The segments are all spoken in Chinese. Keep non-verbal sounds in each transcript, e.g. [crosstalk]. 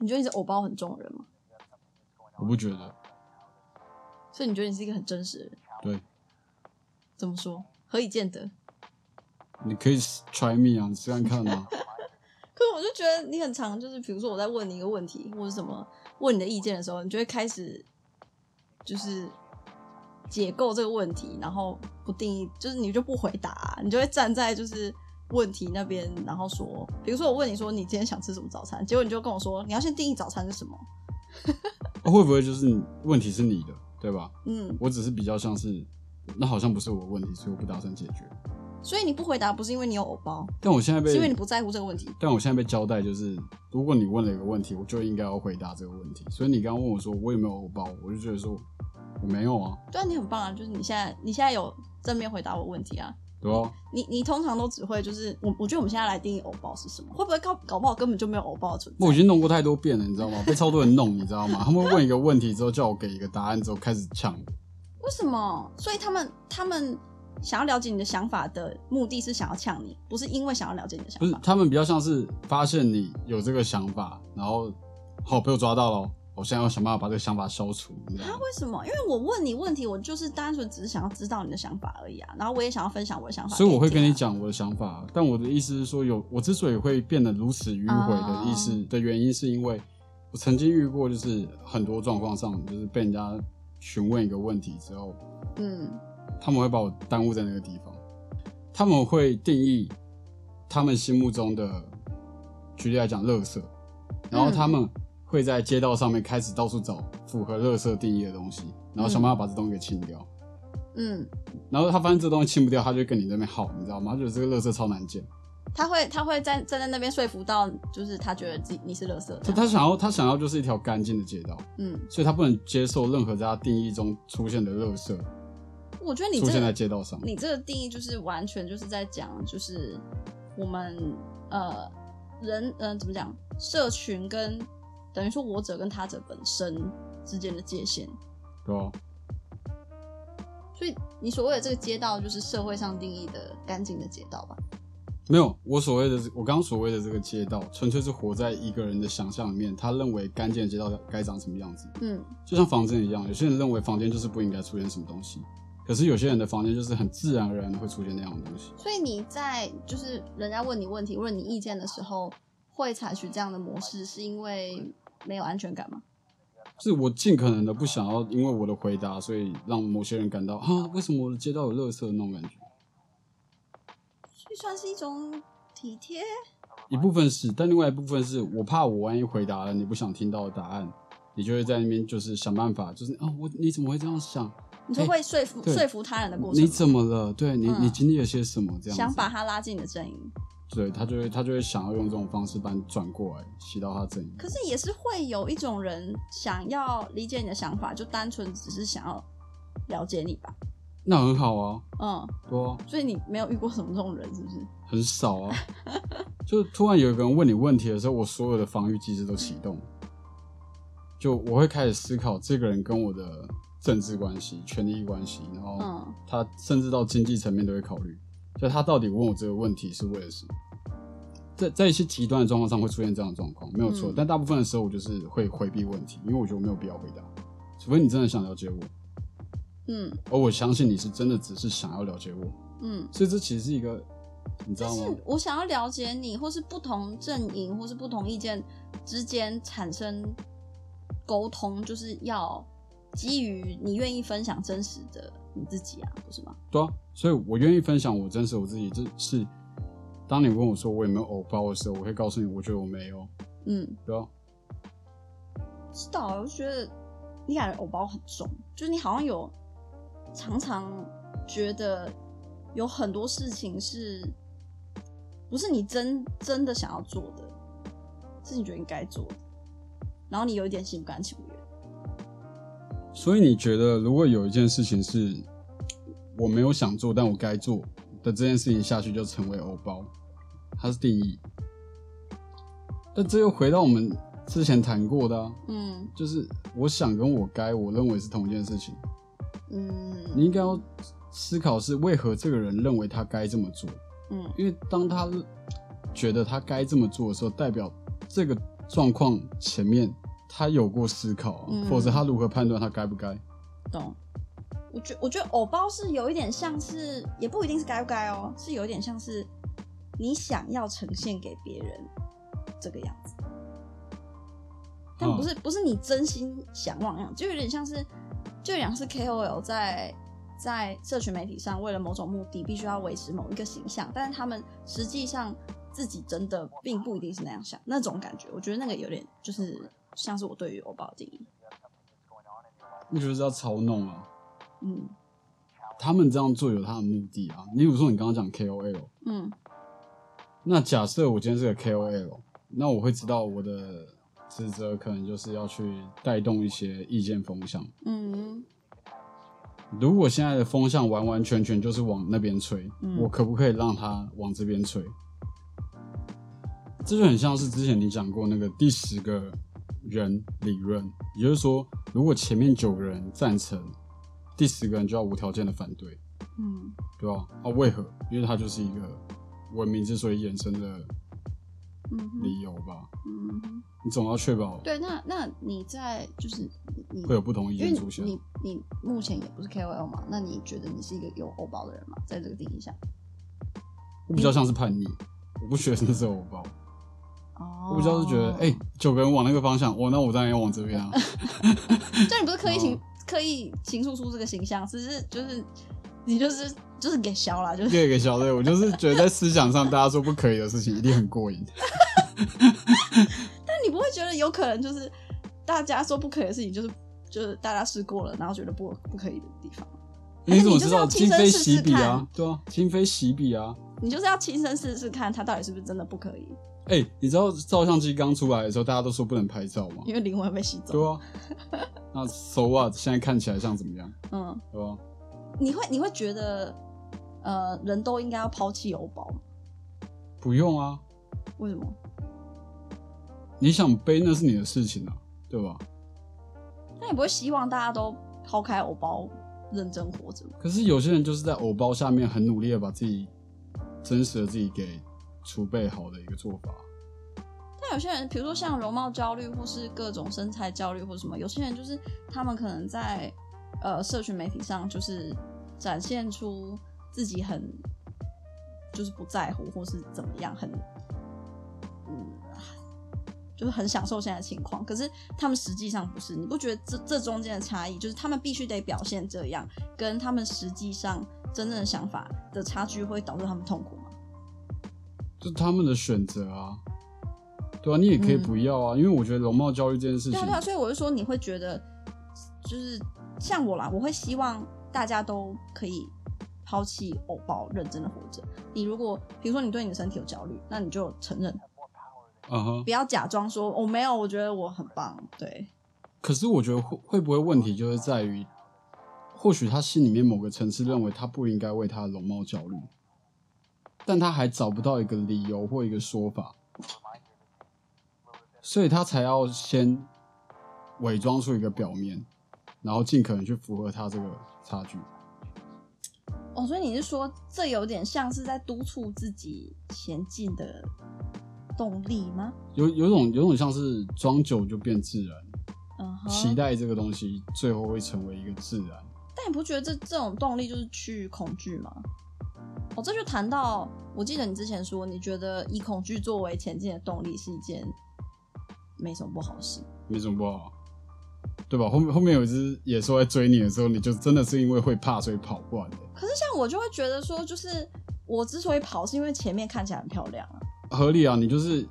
你觉得你是偶包很重的人吗？我不觉得，所以你觉得你是一个很真实的人？对，怎么说？何以见得？你可以 try me 啊，你试看看啊。可是我就觉得你很常就是，比如说我在问你一个问题，或者什么问你的意见的时候，你就会开始就是解构这个问题，然后不定义，就是你就不回答、啊你就会站在就是问题那边，然后说，比如说我问你说你今天想吃什么早餐，结果你就跟我说你要先定义早餐是什么。啊会不会就是你问题是你的，对吧？嗯，我只是比较像是，那好像不是我的问题，所以我不打算解决。所以你不回答不是因为你有偶包，但我现在被是因为你不在乎这个问题。但我现在被交代就是，如果你问了一个问题，我就应该要回答这个问题。所以你刚刚问我说我有没有偶包，我就觉得说我没有啊，对啊，你很棒啊，就是你现在你现在有正面回答我问题啊，对吧、啊？你你通常都只会就是我，我觉得我们现在来定义偶包是什么？会不会搞搞不好根本就没有偶包的存在？我已经弄过太多遍了，你知道吗？被超多人弄，你知道吗？他们问一个问题之后，叫我给一个答案之后，开始抢我。为什么？所以他们他们想要了解你的想法的目的是想要呛你，不是因为想要了解你的想不是法。，他们比较像是发现你有这个想法，然后好被我抓到了，我现在要想办法把这个想法消除，你知道啊，吗？为什么？因为我问你问题，我就是单纯只是想要知道你的想法而已啊。然后我也想要分享我的想法、所以我会跟你听啊，讲我的想法，但我的意思是说有，我之所以会变得如此迂回的意思、啊的原因，是因为我曾经遇过，就是很多状况上，就是被人家询问一个问题之后，嗯，他们会把我耽误在那个地方，他们会定义他们心目中的，举例来讲，垃圾，然后嗯他们会在街道上面开始到处找符合垃圾定义的东西，然后想办法把这东西给清掉。嗯，然后他发现这东西清不掉，他就跟你那边耗，你知道吗？他觉得这个垃圾超难捡，他会他会站站在那边说服到，就是他觉得自己你是垃圾这他样，他想要他想要就是一条干净的街道，嗯，所以他不能接受任何在他定义中出现的垃圾我觉得你出这现个在街道上。你这个定义就是完全就是在讲，就是我们呃人呃怎么讲，社群跟等于说我者跟他者本身之间的界限。对吧、所以你所谓的这个街道，就是社会上定义的干净的街道吧？没有，我所谓的我刚刚所谓的这个街道，纯粹是活在一个人的想象里面，他认为干净的街道该长什么样子，嗯，就像房间一样，有些人认为房间就是不应该出现什么东西，可是有些人的房间就是很自然而然的会出现那样的东西。所以你在就是人家问你问题、问你意见的时候，会采取这样的模式，是因为没有安全感吗？是我尽可能的不想要因为我的回答，所以让某些人感到啊，为什么我的街道有垃圾那种感觉。所以算是一种体贴。一部分是，但另外一部分是我怕我万一回答了你不想听到的答案，你就会在那边就是想办法，就是啊，我你怎么会这样想？你说哎会说服、对说服他人的过程你吗，怎么了？对你，嗯你经历了些什么？这样子想把他拉进你的阵营？对他就会他就会想要用这种方式把你转过来，洗到他阵营。可是也是会有一种人想要理解你的想法，就单纯只是想要了解你吧。那很好啊，嗯，对啊，所以你没有遇过什么这种人，是不是？很少啊。 [laughs] 就突然有一个人问你问题的时候，我所有的防御机制都启动，就我会开始思考这个人跟我的政治关系、权力关系，然后嗯，他甚至到经济层面都会考虑，就他到底问我这个问题是为了什么。在在一些极端的状况上会出现这样的状况，没有错。嗯但大部分的时候，我就是会回避问题，因为我觉得我没有必要回答，除非你真的想了解我。嗯而我相信你是真的只是想要了解我，嗯。所以这其实是一个，你知但道是吗？我想要了解你，或是不同阵营，或是不同意见之间产生沟通，就是要基于你愿意分享真实的你自己啊，不是吗？对啊，所以我愿意分享我真实我自己，这是当你问我说我有没有偶包的时候，我会告诉你，我觉得我没有，嗯，对啊，知道，我就觉得你感觉偶包很重，就是你好像有常常觉得有很多事情是不是你真真的想要做的，是你觉得应该做的，然后你有一点心不甘情不愿。所以你觉得如果有一件事情是我没有想做但我该做的这件事情下去，就成为偶包，它是定义。但这又回到我们之前谈过的啊，嗯就是我想跟我该，我认为是同一件事情。嗯你应该要思考是为何这个人认为他该这么做，嗯因为当他觉得他该这么做的时候，代表这个状况前面他有过思考、啊，嗯否则他如何判断他该不该？懂。我觉我觉得偶包是有一点像是，也不一定是该不该哦，是有一点像是你想要呈现给别人这个样子，但不是不是你真心想望那样，就有点像是，就有点像是 KOL 在在社群媒体上为了某种目的必须要维持某一个形象，但是他们实际上自己真的并不一定是那样想，那种感觉，我觉得那个有点就是像是我对于偶包的定义，那就是要操弄啊！嗯他们这样做有他的目的啊。例如说，你刚刚讲 KOL，嗯那假设我今天是个 KOL，那我会知道我的职责可能就是要去带动一些意见风向。嗯如果现在的风向完完全全就是往那边吹，嗯我可不可以让它往这边吹？这就很像是之前你讲过那个第十个人理论，也就是说，如果前面九个人赞成，第十个人就要无条件的反对，嗯对吧？啊，为何？因为它就是一个文明之所以衍生的嗯哼。理由吧。嗯哼，你总要确保对，那那你在就是你会有不同意因为见你出现。你你目前也不是 KOL 嘛，那你觉得你是一个有欧包的人吗？在这个定义下，我比较像是叛逆，我不觉得那是偶包。哦我比较是觉得，哎、九个人往那个方向，哦，那我当然要往这边啊。 [laughs] 就你不是刻意哦形刻意形塑出这个形象，只是就是你就是就是给消啦，就是第二个小队，我就是觉得在思想上大家说不可以的事情，一定很 [laughs] 过瘾。但你不会觉得有可能就是大家说不可以的事情，就是就是大家试过了，然后觉得不不可以的地方，你怎么知道你就是要亲今身非试试昔比啊看？对啊，今非昔比啊。你就是要亲身试试看，它到底是不是真的不可以，哎、你知道照相机刚出来的时候，大家都说不能拍照吗？因为灵魂被吸对走。啊。那 so what？现在看起来像怎么样？嗯，对吧？你会你会觉得，呃，人都应该要抛弃欧包吗？不用啊，为什么？你想背那是你的事情啊，对吧？那你不会希望大家都抛开欧包，认真活着吗？可是有些人就是在偶包下面很努力的把自己真实的自己给储备好的一个做法。但有些人，比如说像容貌焦虑，或是各种身材焦虑，或者什么，有些人就是他们可能在呃社群媒体上就是展现出自己很就是不在乎，或是怎么样，很嗯，就是很享受现在的情况。可是他们实际上不是，你不觉得这这中间的差异，就是他们必须得表现这样，跟他们实际上真正的想法的差距，会导致他们痛苦吗？就他们的选择啊，对啊，你也可以不要啊，因为我觉得容貌焦虑这件事嗯对情啊，，对啊，所以我就说你会觉得，就是像我啦，我会希望大家都可以抛弃偶包，认真的活着。你如果比如说你对你的身体有焦虑，那你就承认，啊哈、不要假装说我、没有，我觉得我很棒。对，可是我觉得会会不会问题就是在于，或许他心里面某个层次认为他不应该为他的容貌焦虑，但他还找不到一个理由或一个说法，所以他才要先伪装出一个表面，然后尽可能去符合他这个差距。哦，所以你是说这有点像是在督促自己前进的动力吗？有有种有种像是装久就变自然，嗯哼，期待这个东西最后会成为一个自然。但你不觉得这这种动力就是去恐惧吗？哦，这就谈到，我记得你之前说，你觉得以恐惧作为前进的动力是一件没什么不好的事。没什么不好啊，对吧？后面后面有一只野兽在追你的时候，你就真的是因为会怕所以跑过来的，可是像我就会觉得说，就是我之所以跑，是因为前面看起来很漂亮啊。合理啊。你就是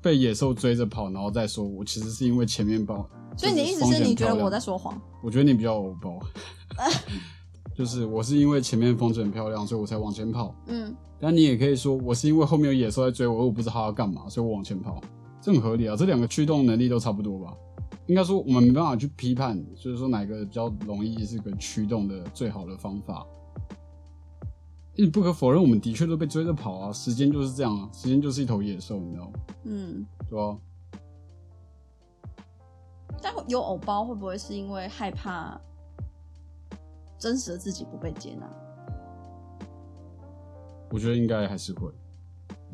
被野兽追着跑，然后再说我其实是因为前面包，所以你的意思就是是你觉得风景很漂亮我在？说谎？我觉得你比较欧包， [laughs] 就是我是因为前面风景很漂亮，所以我才往前跑。嗯，但你也可以说我是因为后面有野兽在追我，我不知道他要干嘛，所以我往前跑，这很合理啊。这两个驱动能力都差不多吧？应该说我们没办法去批判，就是说哪个比较容易是个驱动的最好的方法。你不可否认，我们的确都被追着跑啊，时间就是这样啊，时间就是一头野兽，你知道吗嗯，对啊吧、但有偶包会不会是因为害怕真实的自己不被接纳？我觉得应该还是会，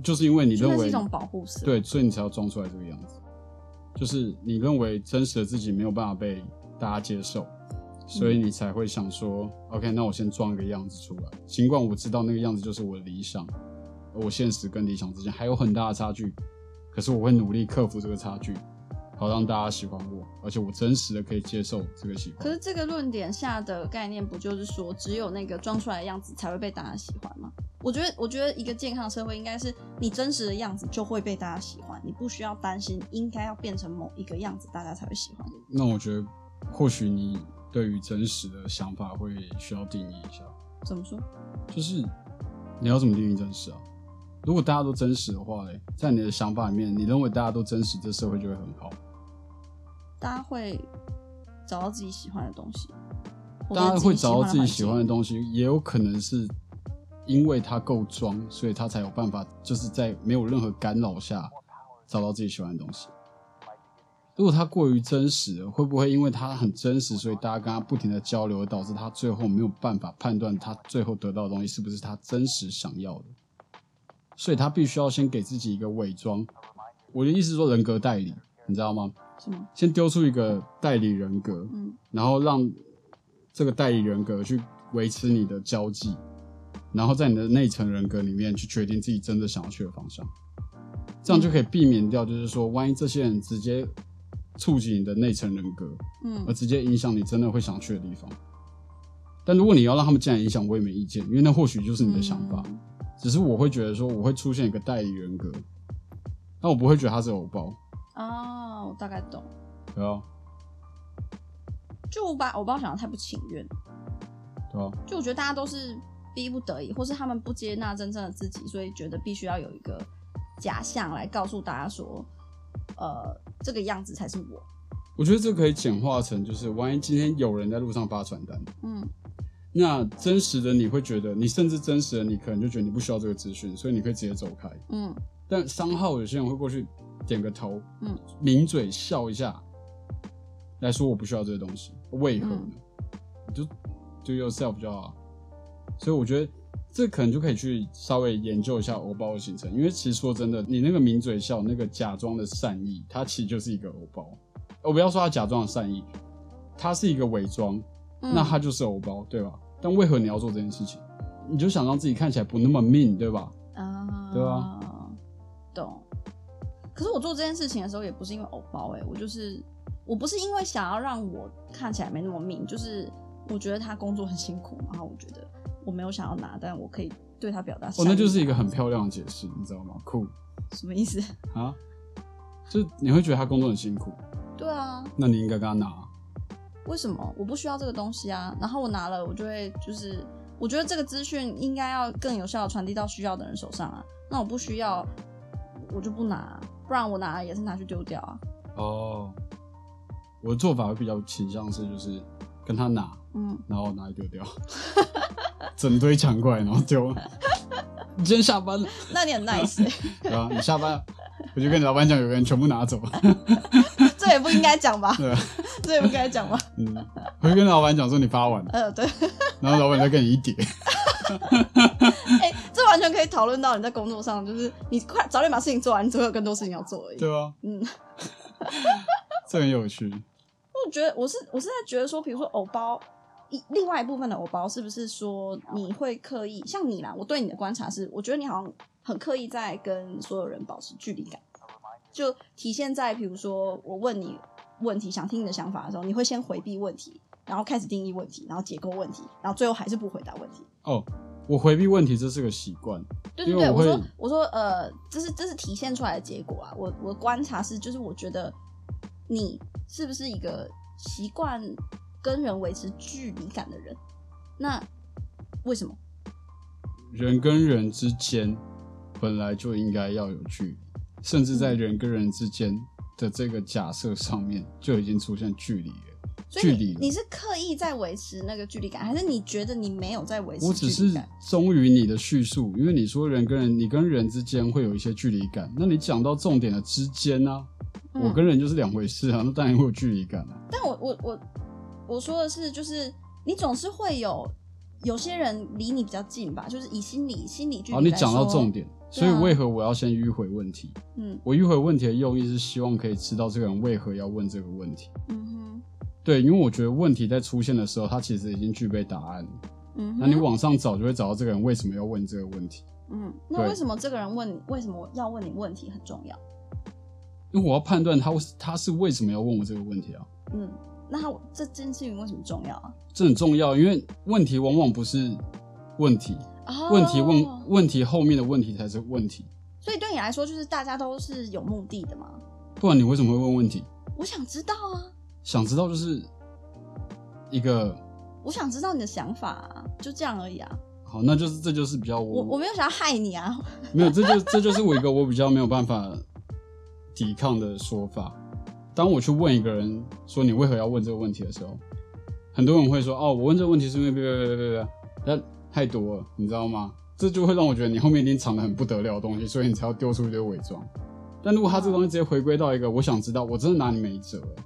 就是因为你就认那是为一种保护色。对，所以你才要装出来这个样子。就是你认为真实的自己没有办法被大家接受，所嗯以你才会想说、o k 那我先装一个样子出来。尽管我知道那个样子就是我的理想，而我现实跟理想之间还有很大的差距，可是我会努力克服这个差距，好让大家喜欢我，而且我真实的可以接受这个喜欢。可是这个论点下的概念不就是说，只有那个装出来的样子才会被大家喜欢吗？我觉得，我觉得一个健康的社会应该是你真实的样子就会被大家喜欢，你不需要担心应该要变成某一个样子大家才会喜欢你。那我觉得，或许你对于真实的想法会需要定义一下，怎么说？就是你要怎么定义真实啊？如果大家都真实的话，嘞，在你的想法里面，你认为大家都真实，这社会就会很好。大家会找到自己喜欢的东西，或者大家会找到自己环喜境欢的东西，也有可能是因为他够装，所以他才有办法，就是在没有任何干扰下找到自己喜欢的东西。如果他过于真实了，会不会因为他很真实，所以大家跟他不停的交流，导致他最后没有办法判断他最后得到的东西是不是他真实想要的？所以他必须要先给自己一个伪装。我的意思是说人格代理，你知道吗？什么？先丢出一个代理人格，嗯，然后让这个代理人格去维持你的交际，然后在你的内层人格里面去决定自己真的想要去的方向，这样就可以避免掉，就是说，万一这些人直接触及你的内层人格，而嗯，直接影响你真的会想去的地方。但如果你要让他们进来影响，我也没意见，因为那或许就是你的想法。嗯只是我会觉得说，我会出现一个代理人格，但我不会觉得他是偶包，啊、我大概懂。对啊，就我把我把我想的太不情愿，对啊，就我觉得大家都是逼不得已，或是他们不接纳真正的自己，所以觉得必须要有一个假象来告诉大家说，呃，这个样子才是我。我觉得这可以简化成，就是万一今天有人在路上发传单，嗯那真实的你会觉得，你甚至真实的你可能就觉得你不需要这个资讯，所以你可以直接走开。嗯但商号有些人会过去点个头，嗯，抿嘴笑一下，来说我不需要这个东西，为何嗯呢？你就 do yourself 就好了。所以我觉得这可能就可以去稍微研究一下欧包的形成，因为其实说真的，你那个抿嘴笑，那个假装的善意，它其实就是一个欧包。我不要说他假装的善意，它是一个伪装，嗯，那他就是偶包，对吧？但为何你要做这件事情？你就想让自己看起来不那么 mean，对吧？啊，对懂。可是我做这件事情的时候，也不是因为偶包、欸，哎，我就是我不是因为想要让我看起来没那么命，就是我觉得他工作很辛苦，然后我觉得我没有想要拿，但我可以对他表达善哦，意。那就是一个很漂亮的解释，你知道吗？酷什么意思？ [laughs] 啊，就是你会觉得他工作很辛苦，对啊，那你应该跟他拿。啊为什么我不需要这个东西啊？然后我拿了，我就会就是，我觉得这个资讯应该要更有效的传递到需要的人手上啊。那我不需要，我就不拿啊、不然我拿了也是拿去丢掉啊。哦，我的做法会比较倾向是就是跟他拿，嗯，然后拿去丢掉，整堆抢过来然后丢。你今天下班了，那你很 nice，、欸、对吧、你下班了，我就跟你老板讲，有个人全部拿走。这也不应该讲吧？对吧， [laughs] 这也不应该讲吧？嗯，我就跟老板讲说你发完了，呃，对，然后老板再给你一叠。哎、这完全可以讨论到你在工作上，就是你快早点把事情做完，你只会有更多事情要做而已。对啊，嗯， [laughs] 这很有趣。我觉得我是我是在觉得说，比如说偶包，一另外一部分的偶包是不是说你会刻意像你啦？我对你的观察是，我觉得你好像很刻意在跟所有人保持距离感，就体现在比如说我问你问题，想听你的想法的时候，你会先回避问题，然后开始定义问题，然后解构问题，然后最后还是不回答问题。哦，我回避问题这是个习惯，对因对对，为我我会说我说呃，这是这是体现出来的结果啊。我我观察是，就是我觉得你是不是一个习惯跟人维持距离感的人？那为什么？人跟人之间本来就应该要有距离，甚至在人跟人之间的这个假设上面就已经出现距离了。所以距离你你是刻意在维持那个距离感，还是你觉得你没有在维持我只距是离感？忠于你的叙述，因为你说人跟人，你跟人之间会有一些距离感，那你讲到重点的之间呢、嗯我跟人就是两回事啊， [laughs] 那当然会有距离感啊。但我我我我说的是，就是你总是会有有些人离你比较近吧，就是以心理心理距好，离你来讲到说啊重点，所以为何我要先迂回问题？嗯我迂回问题的用意是希望可以知道这个人为何要问这个问题。嗯哼对，因为我觉得问题在出现的时候，它其实已经具备答案了。嗯哼，那你往上找，就会找到这个人为什么要问这个问题。嗯，那对为什么这个人问你为什么要问你问题很重要？因为我要判断他他是为什么要问我这个问题啊，嗯，那他这件事情为什么重要啊？这很重要。因为问题往往不是问题，哦问题问问题后面的问题才是问题，所以对你来说，就是大家都是有目的的嘛？不然你为什么会问问题？我想知道啊，想知道就是一个我想知道你的想法、啊，就这样而已啊。好，那就是这就是比较我我我没有想要害你啊。没有，这就这就是我一个我比较没有办法抵抗的说法。当我去问一个人说你为何要问这个问题的时候，很多人会说哦，我问这个问题是因为别别别别别，但太多了，你知道吗？这就会让我觉得你后面一定藏得很不得了的东西，所以你才要丢出一堆伪装。但如果他这个东西直接回归到一个我想知道，我真的拿你没辙欸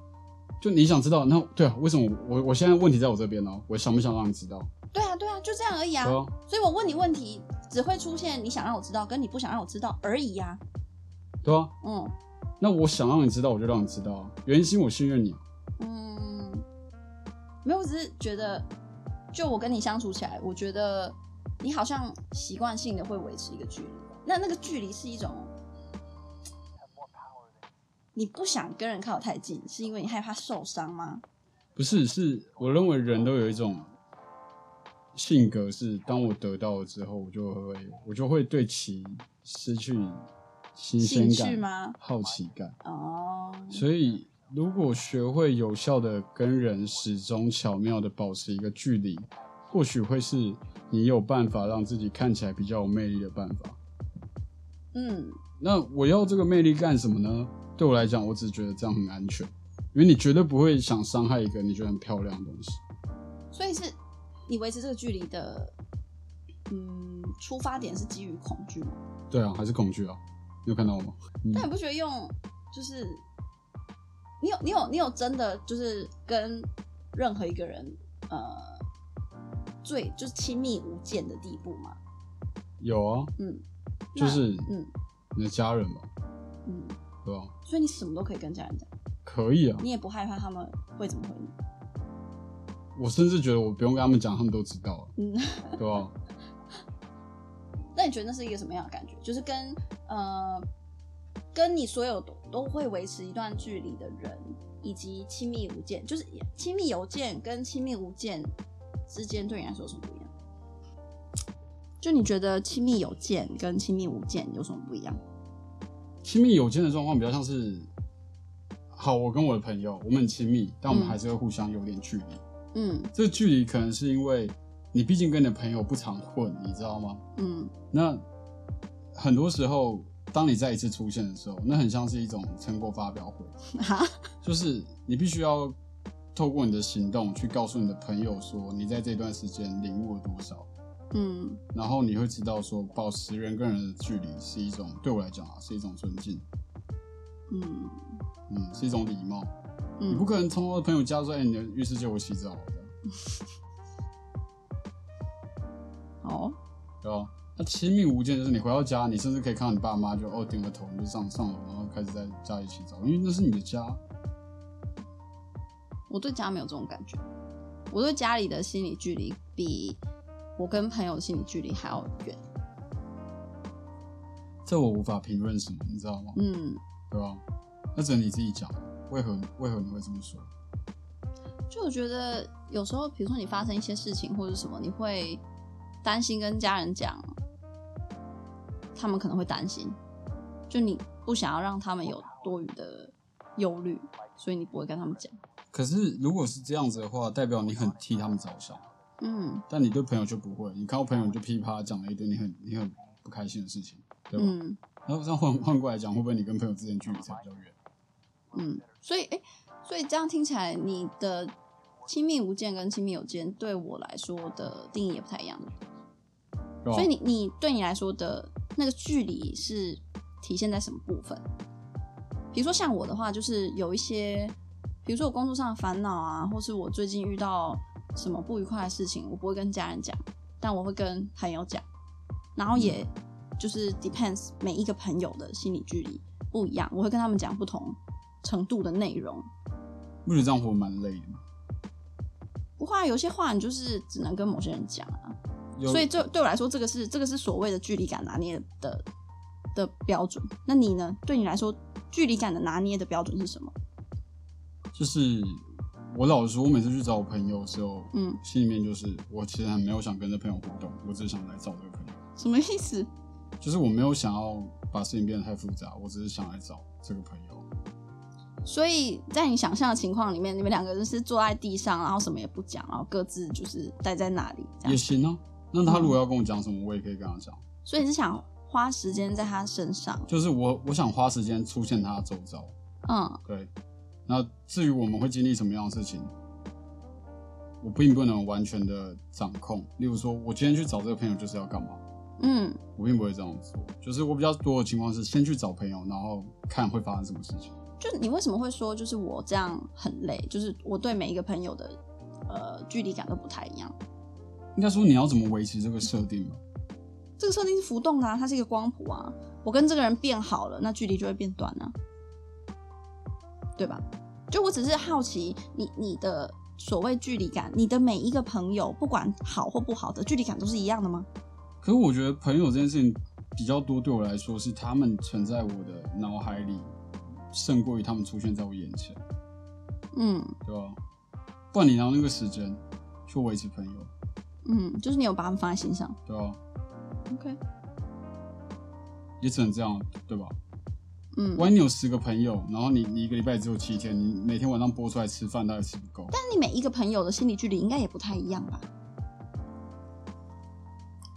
就你想知道，那对啊，为什么我我我现在问题在我这边哦呢？我想不想让你知道？对啊，对啊，就这样而已啊。对啊所以我问你问题，只会出现你想让我知道跟你不想让我知道而已呀、对啊，啊。嗯那我想让你知道，我就让你知道啊。原因是因为我信任你啊，嗯，没有，我只是觉得，就我跟你相处起来，我觉得你好像习惯性的会维持一个距离，那那个距离是一种。你不想跟人靠太近，是因为你害怕受伤吗？不是，是我认为人都有一种性格，是当我得到了之后，我就会我就会对其失去新兴鲜趣感、吗？好奇感。哦，所以，如果学会有效的跟人始终巧妙的保持一个距离，或许会是你有办法让自己看起来比较有魅力的办法。嗯，那我要这个魅力干什么呢？对我来讲，我只觉得这样很安全，因为你绝对不会想伤害一个你觉得很漂亮的东西。所以是你维持这个距离的，嗯，出发点是基于恐惧吗？对啊，还是恐惧啊，你有看到吗？但你不觉得用就是你有你有你有真的就是跟任何一个人呃最就是亲密无间的地步吗？有啊，嗯，那就是嗯你的家人吧，嗯，对吧？所以你什么都可以跟家人讲，可以啊，你也不害怕他们会怎么回你。我甚至觉得我不用跟他们讲，他们都知 [laughs] 道了，嗯，对吧？那你觉得那是一个什么样的感觉？就是跟呃跟你所有都都会维持一段距离的人，以及亲密无间，就是亲密邮件跟亲密无间之间对你来说有什么不一样？就你觉得亲密邮件跟亲密无间有什么不一样？亲密有间的状况比较像是，好，我跟我的朋友，我们很亲密，但我们嗯还是会互相有点距离。嗯这距离可能是因为你毕竟跟你的朋友不常混，你知道吗？嗯 [laughs] 那很多时候，当你再一次出现的时候，那很像是一种成果发表会，哈，就是你必须要透过你的行动去告诉你的朋友说，你在这段时间领悟了多少，嗯然后你会知道说，保持人跟人的距离是一种对我来讲啊，是一种尊敬，嗯嗯，是一种礼貌。你不嗯，可能从我的朋友家说，哎、你的浴室借我洗澡，啊好，哦对吧？那亲密无间就是你回到家，你甚至可以看到你爸妈就哦点个头，你就上上楼，然后开始在家里洗澡，因为那是你的家。我对家没有这种感觉，我对家里的心理距离比我跟朋友的心理距离还要远。这我无法评论什么，你知道吗？嗯。对吧？那只能你自己讲，为何为何你会这么说？就我觉得有时候，比如说你发生一些事情或者什么，你会担心跟家人讲，他们可能会担心，就你不想要让他们有多余的忧虑，所以你不会跟他们讲。可是如果是这样子的话，代表你很替他们着想，嗯但你对朋友就不会。你看到朋友你就噼啪讲了一堆你很你很不开心的事情，对吧？嗯然后这样换换过来讲，会不会你跟朋友之间距离才比较远？嗯，所以哎、诶所以这样听起来，你的亲密无间跟亲密有间对我来说的定义也不太一样，对不对对吧所以你你对你来说的那个距离是体现在什么部分？比如说像我的话，就是有一些，比如说我工作上的烦恼啊，或是我最近遇到什么不愉快的事情，我不会跟家人讲，但我会跟朋友讲，然后也就是 depends 每一个朋友的心理距离不一样，我会跟他们讲不同程度的内容。不觉得这样活蛮累的吗？不过啊有些话你就是只能跟某些人讲啊，有所以这对我来说，这个是这个是所谓的距离感拿捏的的标准。那你呢？对你来说，距离感的拿捏的标准是什么？就是我老实说，我每次去找我朋友的时候，嗯，心里面就是我其实还没有想跟这朋友互动，我只是想来找这个朋友，什么意思？就是我没有想要把事情变得太复杂，我只是想来找这个朋友。所以在你想象的情况里面，你们两个人是坐在地上，然后什么也不讲，然后各自就是待在那里这也样。行啊。那他如果要跟我讲什么，我也可以跟他讲。所以你是想花时间在他身上，就是我我想花时间出现他周遭，嗯，对。那至于我们会经历什么样的事情，我并不能完全的掌控。例如说，我今天去找这个朋友就是要干嘛，嗯，我并不会这样做。就是我比较多的情况是先去找朋友，然后看会发生什么事情。就你为什么会说，就是我这样很累，就是我对每一个朋友的呃距离感都不太一样。应该说你要怎么维持这个设定吧？这个设定是浮动的、啊，它是一个光谱啊。我跟这个人变好了，那距离就会变短啊，对吧？就我只是好奇你你的所谓距离感，你的每一个朋友，不管好或不好的距离感都是一样的吗？可是我觉得朋友这件事情比较多，对我来说是他们存在我的脑海里，胜过于他们出现在我眼前。嗯对吧、不然你拿那个时间去维持朋友，嗯，就是你有把他们放在心上。对吧、 OK，也只能这样，对吧？嗯，万一你有十个朋友，然后你你一个礼拜只有七天，你每天晚上播出来吃饭，大概吃不够。但你每一个朋友的心理距离应该也不太一样吧？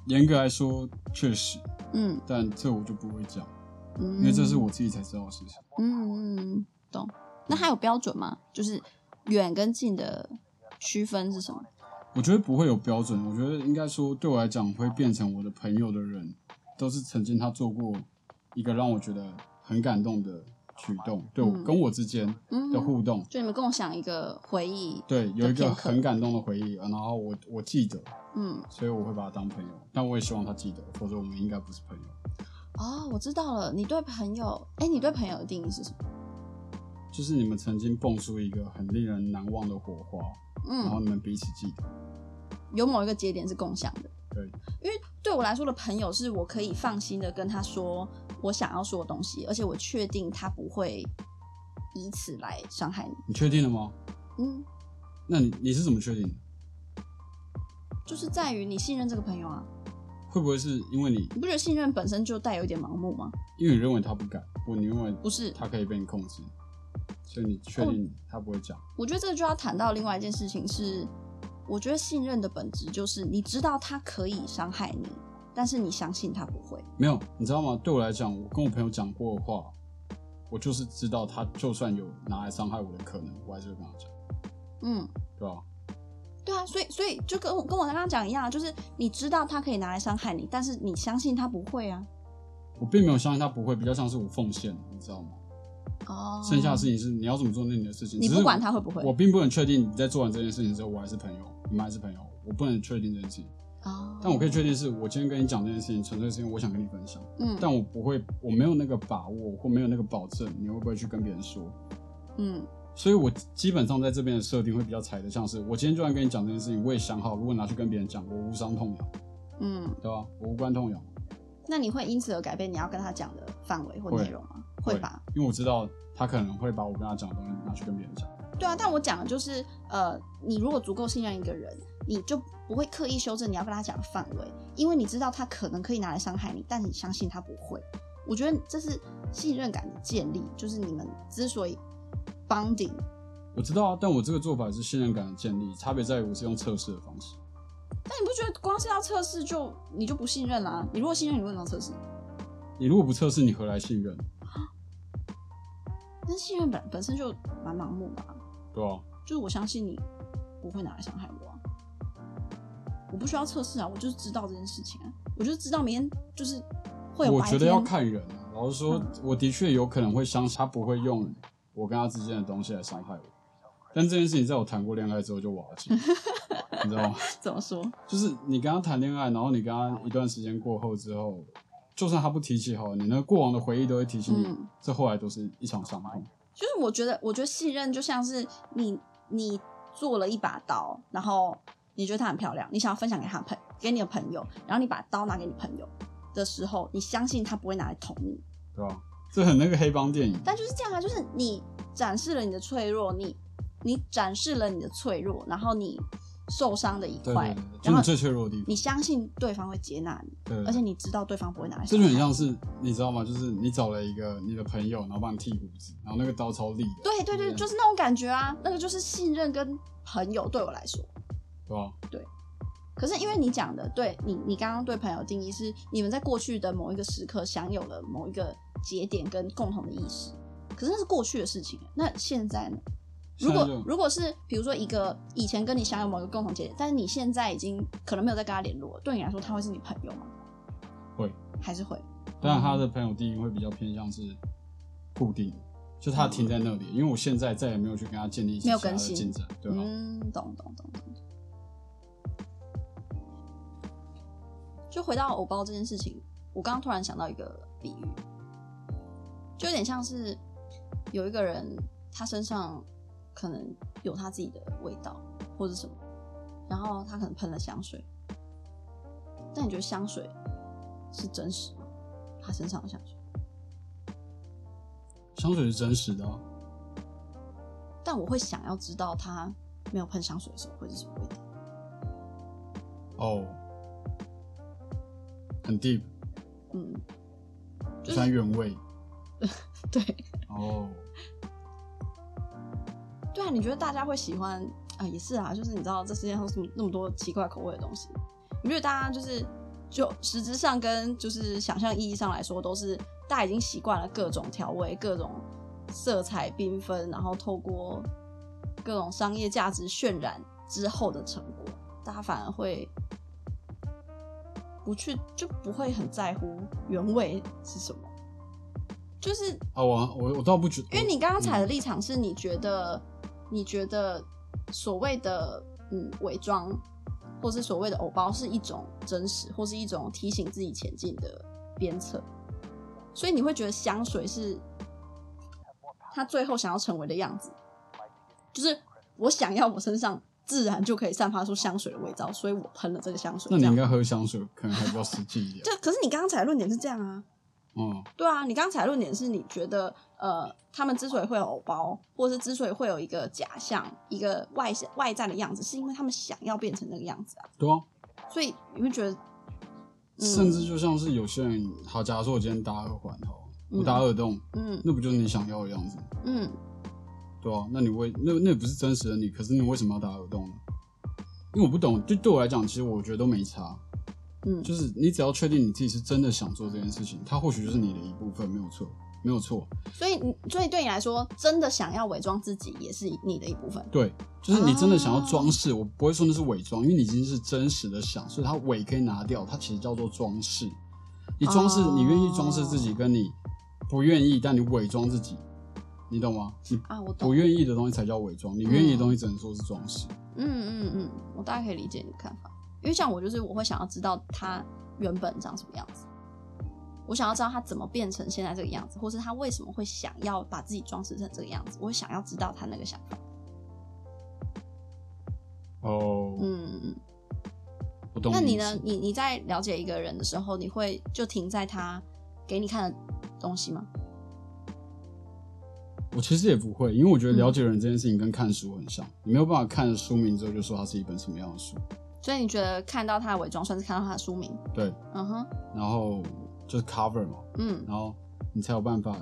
严格来说，确实，嗯但这我就不会讲，嗯，因为这是我自己才知道的事情。嗯嗯嗯，懂。那还有标准吗？就是远跟近的区分是什么？我觉得不会有标准，我觉得应该说，对我来讲，会变成我的朋友的人，都是曾经他做过一个让我觉得很感动的举动，对我、嗯跟我之间嗯，的互动，就你们共享一个回忆，对，有的一个片刻很感动的回忆，呃然后我我记得，嗯，所以我会把他当朋友，但我也希望他记得，否则我们应该不是朋友。哦，我知道了，你对朋友，哎，你对朋友的定义是什么？就是你们曾经蹦出一个很令人难忘的火花，然后嗯，你们彼此记得。有某一个节点是共享的。对，因为对我来说的朋友是我可以放心的跟他说我想要说的东西，而且我确定他不会以此来伤害你。你确定了吗？嗯，那你你是怎么确定的？就是在于你信任这个朋友啊，会不会是因为你你不觉得信任本身就带有一点盲目吗？因为你认为他不敢，或你认为不是，他可以被你控制，所以你确定嗯他不会讲？我觉得这就要谈到另外一件事情是，我觉得信任的本质就是你知道他可以伤害你，但是你相信他不会。没有，你知道吗？对我来讲，我跟我朋友讲过的话，我就是知道他就算有拿来伤害我的可能，我还是会跟他讲，嗯，对吧？对啊，所以所以就跟我跟我刚刚讲一样，啊就是你知道他可以拿来伤害你，但是你相信他不会啊。我并没有相信他不会，比较像是我奉献，你知道吗？哦剩下的事情是你要怎么做那你的事情，你只不是管他会不会我并不能确定你在做完这件事情之后，我还是朋友，你们还是朋友，我不能确定这件事情。哦，但我可以确定是我今天跟你讲这件事情，纯粹是因为我想跟你分享，嗯但我不会，我没有那个把握或没有那个保证，你会不会去跟别人说？嗯所以我基本上在这边的设定会比较踩的，像是我今天就算跟你讲这件事情，我也想好，如果拿去跟别人讲，我无伤痛痒，嗯，对吧？我无关痛痒，那你会因此而改变你要跟他讲的范围或会内容吗？会吧？，因为我知道他可能会把我跟他讲的东西拿去跟别人讲。对啊，但我讲的就是，呃，你如果足够信任一个人，你就不会刻意修正你要跟他讲的范围，因为你知道他可能可以拿来伤害你，但你相信他不会。我觉得这是信任感的建立，就是你们之所以 bonding，我知道啊，但我这个做法是信任感的建立，差别在于我是用测试的方式。但你不觉得光是要测试就你就不信任啦、你如果信任，你为什么要测试？你如果不测试，你何来信任？但信任本本身就蛮盲目的、啊，对啊，就是我相信你不会拿来伤害我、啊，我不需要测试啊，我就是知道这件事情啊，我就知道明天就是会有我白觉得要天嗯看人啊。老实说，我的确有可能会相信他不会用我跟他之间的东西来伤害我，但这件事情在我谈过恋爱之后就瓦解， [laughs] 你知道吗？怎么说？就是你跟他谈恋爱，然后你跟他一段时间过后之后，就算他不提起好了，你那过往的回忆都会提醒你，嗯这后来都是一场伤痛。就是我觉得，我觉得信任就像是你你做了一把刀，然后你觉得它很漂亮，你想要分享给他朋给你的朋友，然后你把刀拿给你朋友的时候，你相信他不会拿来捅你，对吧？这很那个黑帮电影，但就是这样啊，就是你展示了你的脆弱，你你展示了你的脆弱，然后你受伤的一对块对对，，就然后你最脆弱的地方你。相信对方会接纳你，对对而对且你知道对方不会拿来伤这害就你，很像是你知道吗？就是你找了一个你的朋友，然后帮你剃胡子，然后那个刀超利的，对对对，对就是那种感觉啊，那个就是信任跟朋友对我来说。对吧？可是因为你讲的，对你你刚刚对朋友的定义是你们在过去的某一个时刻享有了某一个节点跟共同的意识，可是那是过去的事情。那现在呢？如现在果就如果是比如说一个以前跟你享有某一个共同节点，但是你现在已经可能没有再跟他联络，对你来说他会是你朋友吗？会，还是会？但他的朋友定义会比较偏向是固定的，就他停在那里，因为我现在再也没有去跟他建立起没有其他的更新进展，对啊吧？嗯，懂懂懂懂。就回到偶包这件事情，我刚刚突然想到一个比喻，就有点像是有一个人，他身上可能有他自己的味道或者什么，然后他可能喷了香水，但你觉得香水是真实吗？他身上的香水，香水是真实的、啊，但我会想要知道他没有喷香水的时候会是什么味道。哦，很 deep，嗯， [laughs] 就算原味，对。哦，对啊，你觉得大家会喜欢啊、也是啊，就是你知道这世界上有什么那么多奇怪口味的东西，你觉得大家就是就实质上跟就是想象意义上来说，都是大家已经习惯了各种调味、各种色彩缤纷，然后透过各种商业价值渲染之后的成果，大家反而会不去就不会很在乎原味是什么，就是啊，我我我倒不觉得，因为你刚刚踩的嗯立场是你觉得，你觉得所谓的嗯伪装，或是所谓的偶包是一种真实，或是一种提醒自己前进的鞭策，所以你会觉得香水是他最后想要成为的样子，就是我想要我身上自然就可以散发出香水的味道，所以我喷了这个香水。那你这应样该喝香水，可能还比较实际一点，就可是你刚刚踩的论点是这样啊，嗯，对啊，你刚才论点是你觉得，呃，他们之所以会有偶包，或是之所以会有一个假象、一个外外在的样子，是因为他们想要变成那个样子啊。对啊，所以你会觉得，嗯甚至就像是有些人，好，假如说我今天打耳环，好了，我打耳洞，嗯那不就是你想要的样子吗？嗯，对啊，那你为那那也不是真实的你，可是你为什么要打耳洞呢？因为我不懂，就对我来讲，其实我觉得都没差。嗯就是你只要确定你自己是真的想做这件事情，它或许就是你的一部分，没有错，没有错。所以你所以对你来说，真的想要伪装自己也是你的一部分。对，就是你真的想要啊装饰，我不会说那是伪装，因为你已经是真实的想，所以它伪可以拿掉，它其实叫做装饰。你装饰，哦你愿意装饰自己，跟你不愿意，但你伪装自己，你 [laughs] 懂吗？你啊，我懂不。愿意的东西才叫伪装，你愿意的东西只能说是装饰。嗯嗯嗯，我大概可以理解你的看法，因为像我就是我会想要知道他原本长什么样子，我想要知道他怎么变成现在这个样子，或是他为什么会想要把自己装饰成这个样子，我会想要知道他那个想法。哦，嗯，嗯我嗯懂。那你呢？？你你在了解一个人的时候，你会就停在他给你看的东西吗？我其实也不会，因为我觉得了解人这件事情跟看书很像，你没有办法看书名之后就说它是一本什么样的书。所以你觉得看到他的伪装算是看到他的书名？对，嗯哼，然后就是 cover 嘛，嗯然后你才有办法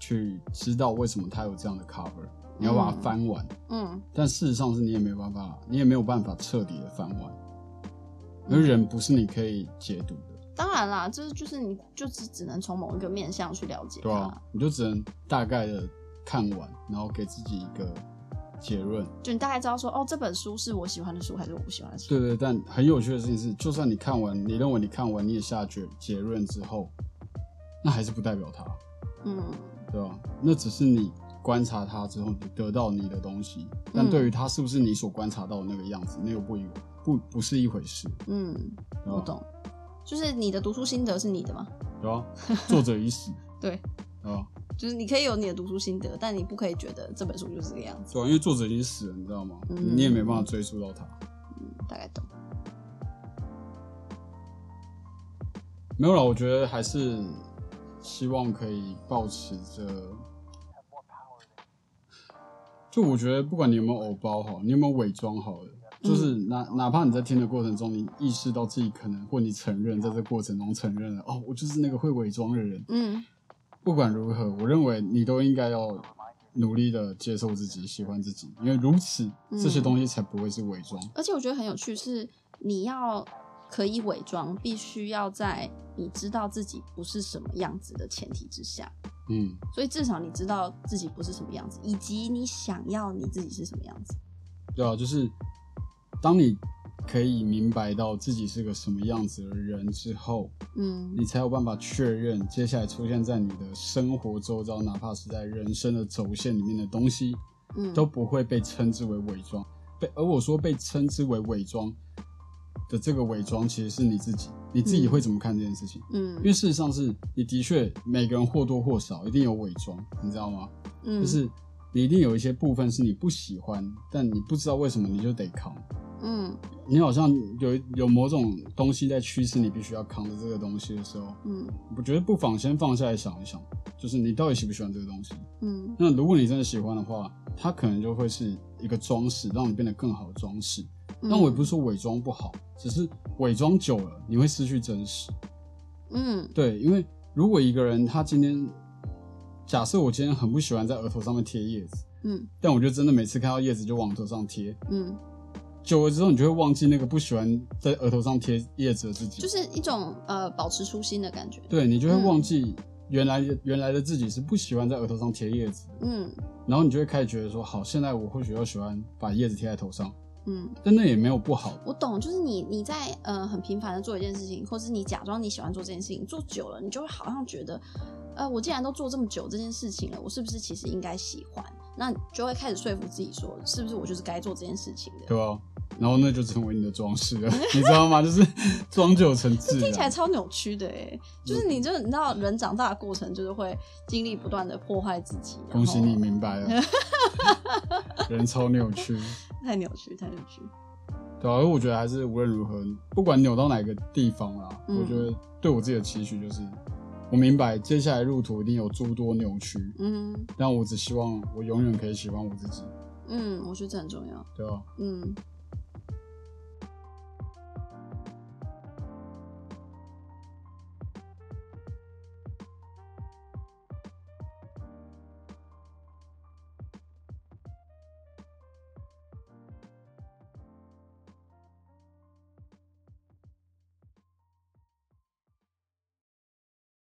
去知道为什么它有这样的 cover，你要把它翻完。嗯但事实上是你也没有办法，你也没有办法彻底的翻完，因嗯为人不是你可以解读的，当然啦，这就是你就只只能从某一个面向去了解他。对啊吧、你就只能大概的看完，然后给自己一个结论。就你大概知道说，哦，这本书是我喜欢的书还是我不喜欢的书。对对，但很有趣的事情是，就算你看完，你认为你看完，你也下结结论之后，那还是不代表它，嗯对吧？那只是你观察它之后，你得到你的东西，但嗯对于它是不是你所观察到的那个样子，那又不一不不是一回事，嗯，对我吧？懂。就是你的读书心得是你的嘛？[laughs] 有啊，作者已死，对，啊，就是你可以有你的读书心得，但你不可以觉得这本书就是这个样子。对啊，因为作者已经死了，你知道吗？嗯你也没办法追溯到他。嗯，大概懂。没有啦，我觉得还是希望可以保持着。就我觉得，不管你有没有偶包好，你有没有伪装好了，就是哪哪怕你在听的过程中，你意识到自己可能或你承认在这过程中承认了，哦，我就是那个会伪装的人。嗯，不管如何，我认为你都应该要努力的接受自己，喜欢自己，因为如此嗯这些东西才不会是伪装。而且我觉得很有趣是，你要可以伪装，必须要在你知道自己不是什么样子的前提之下，嗯，所以至少你知道自己不是什么样子，以及你想要你自己是什么样子。对啊，就是当你可以明白到自己是个什么样子的人之后，嗯你才有办法确认接下来出现在你的生活周遭，哪怕是在人生的轴线里面的东西，嗯，都不会被称之为伪装。被而我说被称之为伪装的这个伪装，其实是你自己，你自己嗯会怎么看这件事情？嗯因为事实上是你的确每个人或多或少一定有伪装，你知道吗？嗯就是你一定有一些部分是你不喜欢，但你不知道为什么你就得扛。嗯你好像有有某种东西在驱使你必须要扛着这个东西的时候，嗯我觉得不妨先放下来想一想，就是你到底喜不喜欢这个东西。嗯那如果你真的喜欢的话，它可能就会是一个装饰，让你变得更好的装饰。嗯，但我也不是说伪装不好，只是伪装久了你会失去真实。嗯对，因为如果一个人他今天，假设我今天很不喜欢在额头上面贴叶子，嗯但我就真的每次看到叶子就往头上贴，嗯，久了之后你就会忘记那个不喜欢在额头上贴叶子的自己，就是一种呃保持初心的感觉。对你就会嗯忘记原来的、原来的自己是不喜欢在额头上贴叶子的，嗯然后你就会开始觉得说，好，现在我或许要喜欢把叶子贴在头上，嗯，但那也没有不好。我懂，就是你你在呃很频繁的做一件事情，或是你假装你喜欢做这件事情，做久了，你就会好像觉得，呃，我既然都做这么久这件事情了，我是不是其实应该喜欢？那你就会开始说服自己说，是不是我就是该做这件事情的？对吧、然后那就成为你的装饰了， [laughs] 你知道吗？就是装久成自这听起来然。嗯超扭曲的哎，就是你就你知道人长大的过程就是会经历不断的破坏自己，然后恭喜你明白 [laughs] 了，人超扭曲。太扭曲，太扭曲，对啊，而我觉得还是无论如何，不管扭到哪个地方啦，嗯我觉得对我自己的期许就是，我明白接下来路途一定有诸多扭曲，嗯但我只希望我永远可以喜欢我自己，嗯，我觉得这很重要，对吧、啊嗯